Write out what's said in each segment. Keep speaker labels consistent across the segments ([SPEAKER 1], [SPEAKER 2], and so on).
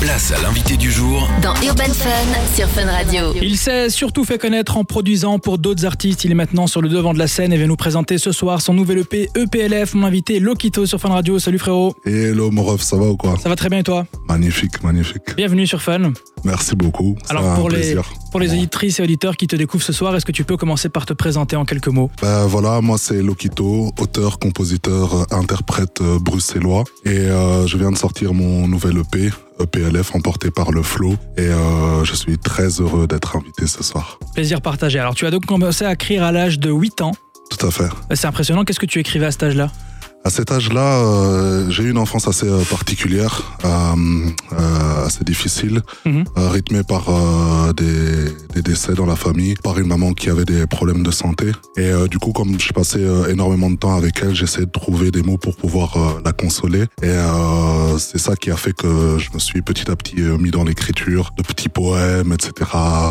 [SPEAKER 1] Place à l'invité du jour
[SPEAKER 2] Dans Urban Fun sur Fun Radio.
[SPEAKER 3] Il s'est surtout fait connaître en produisant pour d'autres artistes. Il est maintenant sur le devant de la scène et vient nous présenter ce soir son nouvel E EP EPLF. Mon invité Lokito sur Fun Radio. Salut frérot,
[SPEAKER 4] Et hello mon ref, ça va ou quoi
[SPEAKER 3] ça va très bien et toi
[SPEAKER 4] Magnifique, magnifique.
[SPEAKER 3] Bienvenue sur Fun.
[SPEAKER 4] Merci beaucoup. c'est
[SPEAKER 3] Alors
[SPEAKER 4] un
[SPEAKER 3] pour les,
[SPEAKER 4] plaisir.
[SPEAKER 3] pour les
[SPEAKER 4] Bon.
[SPEAKER 3] auditrices et auditeurs qui te découvrent ce soir, est-ce que tu peux commencer par te présenter en quelques mots
[SPEAKER 4] Ben voilà, moi c'est Lokito, auteur, compositeur, euh, interprète euh, bruxellois. Et euh, je viens de sortir mon nouvel E EP, EPLF, emporté par le flow. Et euh, je suis très heureux d'être invité ce soir.
[SPEAKER 3] Plaisir partagé. Alors tu as donc commencé à écrire à l'âge de 8 ans. Euh,
[SPEAKER 4] Tout à fait.
[SPEAKER 3] C'est impressionnant, qu'est-ce que tu écrivais à cet âge-là
[SPEAKER 4] À cet âge-là, euh, j'ai eu une enfance assez euh, particulière, euh, euh, assez difficile,
[SPEAKER 3] Mhm.
[SPEAKER 4] euh, rythmée par euh, des, des décès dans la famille, par une maman qui avait des problèmes de santé. Et euh, du coup, comme je passais euh, énormément de temps avec elle, j'essayais de trouver des mots pour pouvoir euh, la consoler. Et euh, c'est ça qui a fait que je me suis petit à petit euh, mis dans l'écriture de petits poèmes, etc.,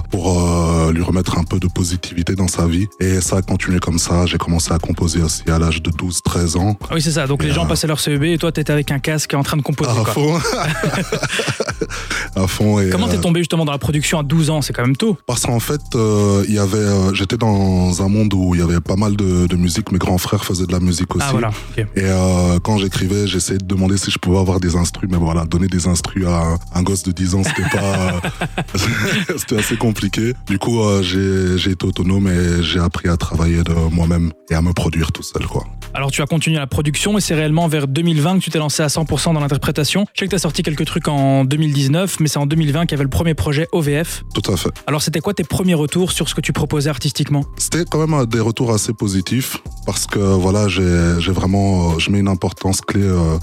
[SPEAKER 4] pour euh, lui remettre un peu de positivité dans sa vie. Et ça a continué comme ça. J'ai commencé à composer aussi à l'âge de 12-13 ans.
[SPEAKER 3] Ah oui c'est ça, donc les
[SPEAKER 4] Euh.
[SPEAKER 3] gens passaient leur CEB et toi t'étais avec un casque en train de composer.
[SPEAKER 4] Ah, À
[SPEAKER 3] quoi.
[SPEAKER 4] fond. à fond. Et,
[SPEAKER 3] Comment
[SPEAKER 4] euh,
[SPEAKER 3] t'es tombé justement dans la production à 12 ans C'est quand même tôt.
[SPEAKER 4] Parce qu'en fait, euh, il y avait, euh, j'étais dans un monde où il y avait pas mal de, de musique. Mes grands frères faisaient de la musique aussi.
[SPEAKER 3] Ah voilà, ok.
[SPEAKER 4] Et euh, quand j'écrivais, j'essayais de demander si je pouvais avoir des instrus. Mais voilà, donner des instrus à un, un gosse de 10 ans, c'était pas, euh, c'était assez compliqué. Du coup, euh, j'ai, j'ai été autonome et j'ai appris à travailler de moi-même et à me produire tout seul, quoi.
[SPEAKER 3] Alors tu as continué la production et c'est réellement vers 2020 que tu t'es lancé à 100% dans l'interprétation. Je sais que tu as sorti quelques trucs en 2019, mais c'est en 2020 qu'il y avait le premier projet OVF.
[SPEAKER 4] Tout à fait.
[SPEAKER 3] Alors c'était quoi tes premiers retours sur ce que tu proposais artistiquement
[SPEAKER 4] C'était quand même euh, des retours assez positifs parce que voilà, j'ai j'ai vraiment, euh, je mets une importance clé euh,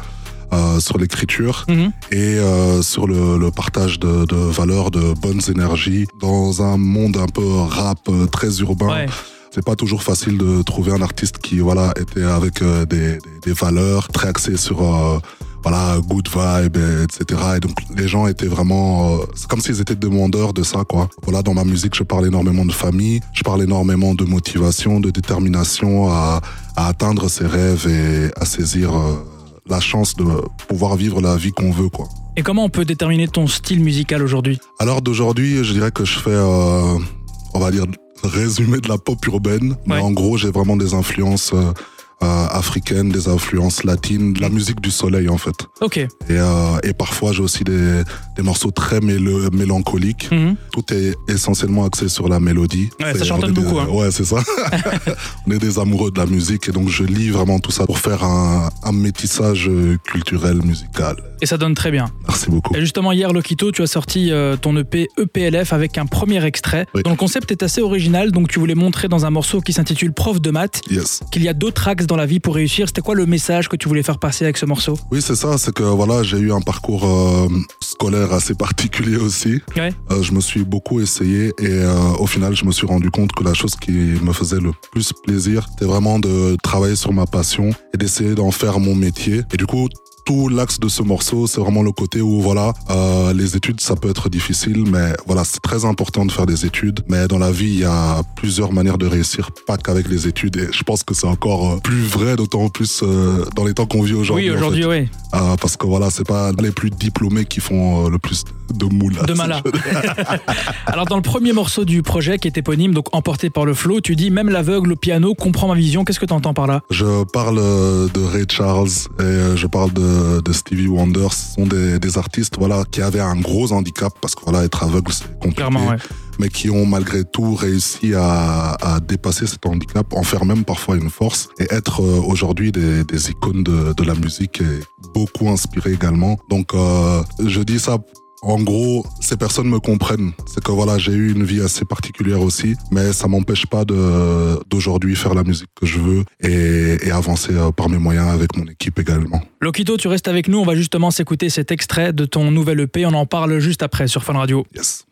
[SPEAKER 4] euh, sur l'écriture
[SPEAKER 3] Mhm.
[SPEAKER 4] et euh, sur le, le partage de, de valeurs, de bonnes énergies dans un monde un peu rap euh, très urbain.
[SPEAKER 3] Ouais,
[SPEAKER 4] C'est pas toujours facile de trouver un artiste qui voilà était avec euh, des, des- des valeurs très axées sur euh, voilà good vibe et- etc. Et donc les gens étaient vraiment euh, c'est comme s'ils étaient demandeurs de ça quoi. Voilà dans ma musique je parle énormément de famille, je parle énormément de motivation, de détermination à, à atteindre ses rêves et à saisir euh, la chance de pouvoir vivre la vie qu'on veut quoi.
[SPEAKER 3] Et comment on peut déterminer ton style musical aujourd'hui
[SPEAKER 4] Alors d'aujourd'hui, je dirais que je fais, euh, on va dire, résumé de la pop urbaine. Mais
[SPEAKER 3] Ouais.
[SPEAKER 4] en gros, j'ai vraiment des influences euh, euh, africaines, des influences latines, de la musique du soleil en fait.
[SPEAKER 3] Ok.
[SPEAKER 4] Et, euh, et parfois, j'ai aussi des, des morceaux très mélo- mélancoliques.
[SPEAKER 3] Mhm.
[SPEAKER 4] Tout est essentiellement axé sur la mélodie.
[SPEAKER 3] Ouais, ça
[SPEAKER 4] C'est-
[SPEAKER 3] chantonne
[SPEAKER 4] on est des-
[SPEAKER 3] beaucoup, hein.
[SPEAKER 4] Ouais, c'est ça. on est des amoureux de la musique et donc je lis vraiment tout ça pour faire un, un métissage euh, culturel, musical.
[SPEAKER 3] Et ça donne très bien.
[SPEAKER 4] Merci beaucoup.
[SPEAKER 3] Et justement, hier, Lokito, tu as sorti euh, ton EP EPLF avec un premier extrait
[SPEAKER 4] Oui.
[SPEAKER 3] dont le concept est assez original. Donc, tu voulais montrer dans un morceau qui s'intitule Prof de maths
[SPEAKER 4] Yes.
[SPEAKER 3] qu'il y a d'autres axes dans la vie pour réussir. C'était quoi le message que tu voulais faire passer avec ce morceau
[SPEAKER 4] Oui, c'est ça, c'est que voilà, j'ai eu un parcours euh, scolaire assez particulier aussi.
[SPEAKER 3] Ouais.
[SPEAKER 4] Euh, je me suis beaucoup essayé et euh, au final, je me suis rendu compte que la chose qui me faisait le plus plaisir, c'était vraiment de travailler sur ma passion et d'essayer d'en faire mon métier. Et du coup, tout l'axe de ce morceau, c'est vraiment le côté où voilà, euh, les études, ça peut être difficile, mais voilà, c'est très important de faire des études. Mais dans la vie, il y a plusieurs manières de réussir, pas qu'avec les études. Et je pense que c'est encore euh, plus vrai, d'autant plus euh, dans les temps qu'on vit aujourd'hui.
[SPEAKER 3] Oui,
[SPEAKER 4] en fait.
[SPEAKER 3] aujourd'hui, oui.
[SPEAKER 4] Ah, parce que voilà, c'est pas les plus diplômés qui font euh, le plus de moules.
[SPEAKER 3] De Mala. Alors dans le premier morceau du projet qui est éponyme, donc emporté par le flow, tu dis même l'aveugle au piano comprend ma vision. Qu'est-ce que tu entends par là
[SPEAKER 4] Je parle euh, de Ray Charles et euh, je parle de, de Stevie Wonder. Ce sont des, des artistes voilà, qui avaient un gros handicap parce que voilà, être aveugle, c'est compliqué.
[SPEAKER 3] Clairement, ouais.
[SPEAKER 4] Mais qui ont malgré tout réussi à, à dépasser cet handicap, en faire même parfois une force et être euh, aujourd'hui des, des icônes de, de la musique et beaucoup inspirés également. Donc euh, je dis ça En gros, ces personnes me comprennent. C'est que voilà, j'ai eu une vie assez particulière aussi, mais ça m'empêche pas de d'aujourd'hui faire la musique que je veux et, et avancer euh, par mes moyens avec mon équipe également.
[SPEAKER 3] Lokito, tu restes avec nous. On va justement s'écouter cet extrait de ton nouvel EP. On en parle juste après sur Fun Radio.
[SPEAKER 4] Yes.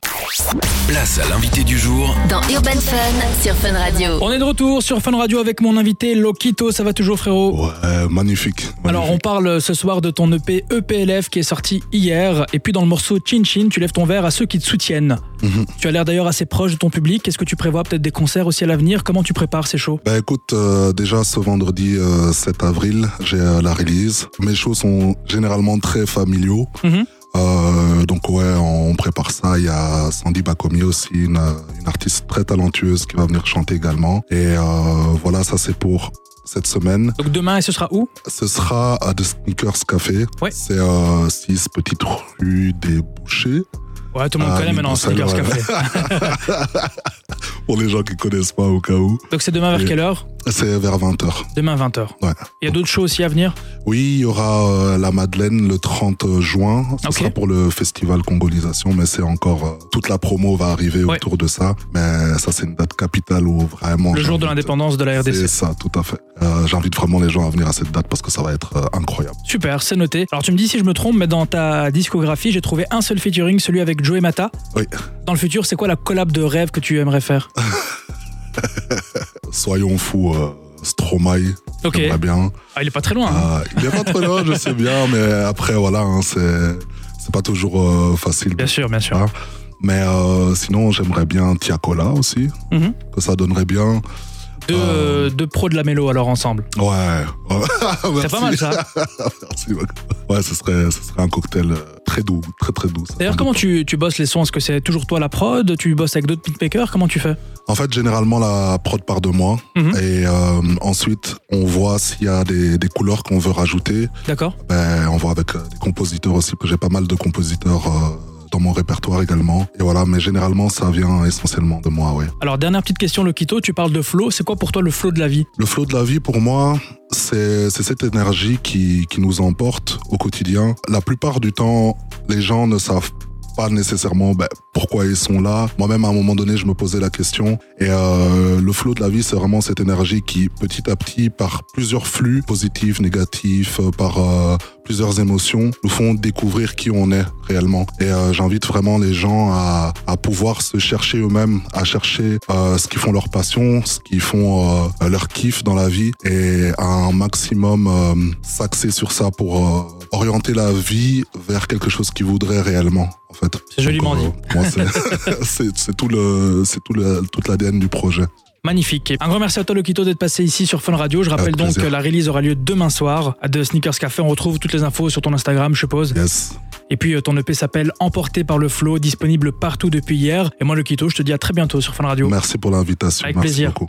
[SPEAKER 1] Place à l'invité du jour
[SPEAKER 2] Dans Urban Fun sur Fun Radio.
[SPEAKER 3] On est de retour sur Fun Radio avec mon invité Lokito. Ça va toujours, frérot
[SPEAKER 4] Ouais, magnifique.
[SPEAKER 3] Alors, on
[SPEAKER 4] magnifique.
[SPEAKER 3] parle euh, ce soir de ton E EP EPLF qui est sorti hier. Et puis, dans le morceau Chin Chin, tu lèves ton verre à ceux qui te soutiennent.
[SPEAKER 4] Mhm.
[SPEAKER 3] Tu as l'air d'ailleurs assez proche de ton public. Est-ce que tu prévois peut-être des concerts aussi à l'avenir Comment tu prépares ces shows
[SPEAKER 4] Bah écoute, euh, déjà ce vendredi euh, 7 avril, j'ai euh, la release. Mes shows sont généralement très familiaux.
[SPEAKER 3] Mhm.
[SPEAKER 4] Euh, donc ouais, on prépare ça. Il y a Sandy Bacomier aussi, une, une artiste très talentueuse qui va venir chanter également. Et euh, voilà, ça c'est pour cette semaine.
[SPEAKER 3] Donc demain, et ce sera où
[SPEAKER 4] Ce sera à The Sneakers Café.
[SPEAKER 3] Ouais.
[SPEAKER 4] C'est euh, 6 petites rues des Bouchers.
[SPEAKER 3] Ouais, tout le monde
[SPEAKER 4] Ah,
[SPEAKER 3] connaît
[SPEAKER 4] oui,
[SPEAKER 3] maintenant
[SPEAKER 4] ça,
[SPEAKER 3] Sneakers
[SPEAKER 4] ouais.
[SPEAKER 3] Café.
[SPEAKER 4] Pour les gens qui connaissent pas au cas où,
[SPEAKER 3] Donc c'est demain vers
[SPEAKER 4] Oui.
[SPEAKER 3] quelle heure
[SPEAKER 4] c'est vers 20h.
[SPEAKER 3] Demain 20h.
[SPEAKER 4] Ouais.
[SPEAKER 3] Il y a d'autres choses aussi à venir
[SPEAKER 4] Oui, il y aura euh, la Madeleine le 30 juin. Ce
[SPEAKER 3] Ok.
[SPEAKER 4] sera pour le festival Congolisation, mais c'est encore euh, toute la promo va arriver
[SPEAKER 3] Ouais.
[SPEAKER 4] autour de ça. Mais ça, c'est une date capitale où vraiment.
[SPEAKER 3] Le jour de
[SPEAKER 4] j'invite-
[SPEAKER 3] l'indépendance de la
[SPEAKER 4] C'est
[SPEAKER 3] RDC.
[SPEAKER 4] ça, tout à fait. Euh, J'invite vraiment les gens à venir à cette date parce que ça va être euh, incroyable.
[SPEAKER 3] Super, c'est noté. Alors tu me dis si je me trompe, mais dans ta discographie, j'ai trouvé un seul featuring, celui avec Joe et Mata.
[SPEAKER 4] Oui. Ah,
[SPEAKER 3] Dans le futur, c'est quoi la collab de rêve que tu aimerais faire
[SPEAKER 4] Soyons fous, euh, Stromae,
[SPEAKER 3] Ok.
[SPEAKER 4] j'aimerais bien.
[SPEAKER 3] Ah, il est pas très loin. hein.
[SPEAKER 4] Euh, il est pas trop loin, je sais bien, mais après, voilà, hein, c'est c'est pas toujours euh, facile.
[SPEAKER 3] Bien sûr, bien sûr.
[SPEAKER 4] Ah. Mais euh, sinon, j'aimerais bien Tiakola aussi,
[SPEAKER 3] Mhm.
[SPEAKER 4] que ça donnerait bien.
[SPEAKER 3] Deux,
[SPEAKER 4] ah.
[SPEAKER 3] euh, deux pros de la mélo alors ensemble.
[SPEAKER 4] Ouais.
[SPEAKER 3] C'est pas mal ça.
[SPEAKER 4] Merci. Mac. Ouais, ce serait, ce serait un cocktail euh, très doux, très très doux. ça.
[SPEAKER 3] D'ailleurs, comment tu, tu bosses les sons Est-ce que c'est toujours toi la prod Tu bosses avec d'autres beatmakers Comment tu fais
[SPEAKER 4] En fait, généralement, la prod part de moi.
[SPEAKER 3] Mhm.
[SPEAKER 4] Et euh, ensuite, on voit s'il y a des, des couleurs qu'on veut rajouter.
[SPEAKER 3] D'accord
[SPEAKER 4] Ben, on voit avec euh, des compositeurs aussi, parce que j'ai pas mal de compositeurs euh, dans mon répertoire également. Et voilà, mais généralement, ça vient essentiellement de moi, ouais.
[SPEAKER 3] Alors, dernière petite question, Lokito, tu parles de flow. C'est quoi pour toi le flow de la vie
[SPEAKER 4] Le flow de la vie, pour moi, c'est c'est cette énergie qui, qui nous emporte au quotidien. La plupart du temps, les gens ne savent pas nécessairement ben, pourquoi ils sont là. Moi-même, à un moment donné, je me posais la question. Et euh, le flow de la vie, c'est vraiment cette énergie qui, petit à petit, par plusieurs flux, positifs, négatifs, euh, par euh, plusieurs émotions, nous font découvrir qui on est réellement. Et euh, j'invite vraiment les gens à, à pouvoir se chercher eux-mêmes, à chercher euh, ce qui font leur passion, ce qui font euh, leur kiff dans la vie et à un maximum euh, s'axer sur ça pour euh, orienter la vie vers quelque chose qu'ils voudraient réellement. En fait.
[SPEAKER 3] C'est joliment
[SPEAKER 4] Donc, euh, pour moi, c'est- c'est c'est tout le, c'est tout le, toute l'ADN du projet.
[SPEAKER 3] Magnifique. Un grand merci à toi, Lokito, d'être passé ici sur Fun Radio. Je rappelle
[SPEAKER 4] Avec
[SPEAKER 3] donc
[SPEAKER 4] plaisir.
[SPEAKER 3] que la release aura lieu demain soir à The Sneakers Café. On retrouve toutes les infos sur ton Instagram, je suppose.
[SPEAKER 4] Yes.
[SPEAKER 3] Et puis, euh, ton EP s'appelle Emporté par le flow, disponible partout depuis hier. Et moi, Lokito, je te dis à très bientôt sur Fun Radio.
[SPEAKER 4] Merci pour l'invitation.
[SPEAKER 3] Avec
[SPEAKER 4] Merci
[SPEAKER 3] plaisir.
[SPEAKER 4] beaucoup.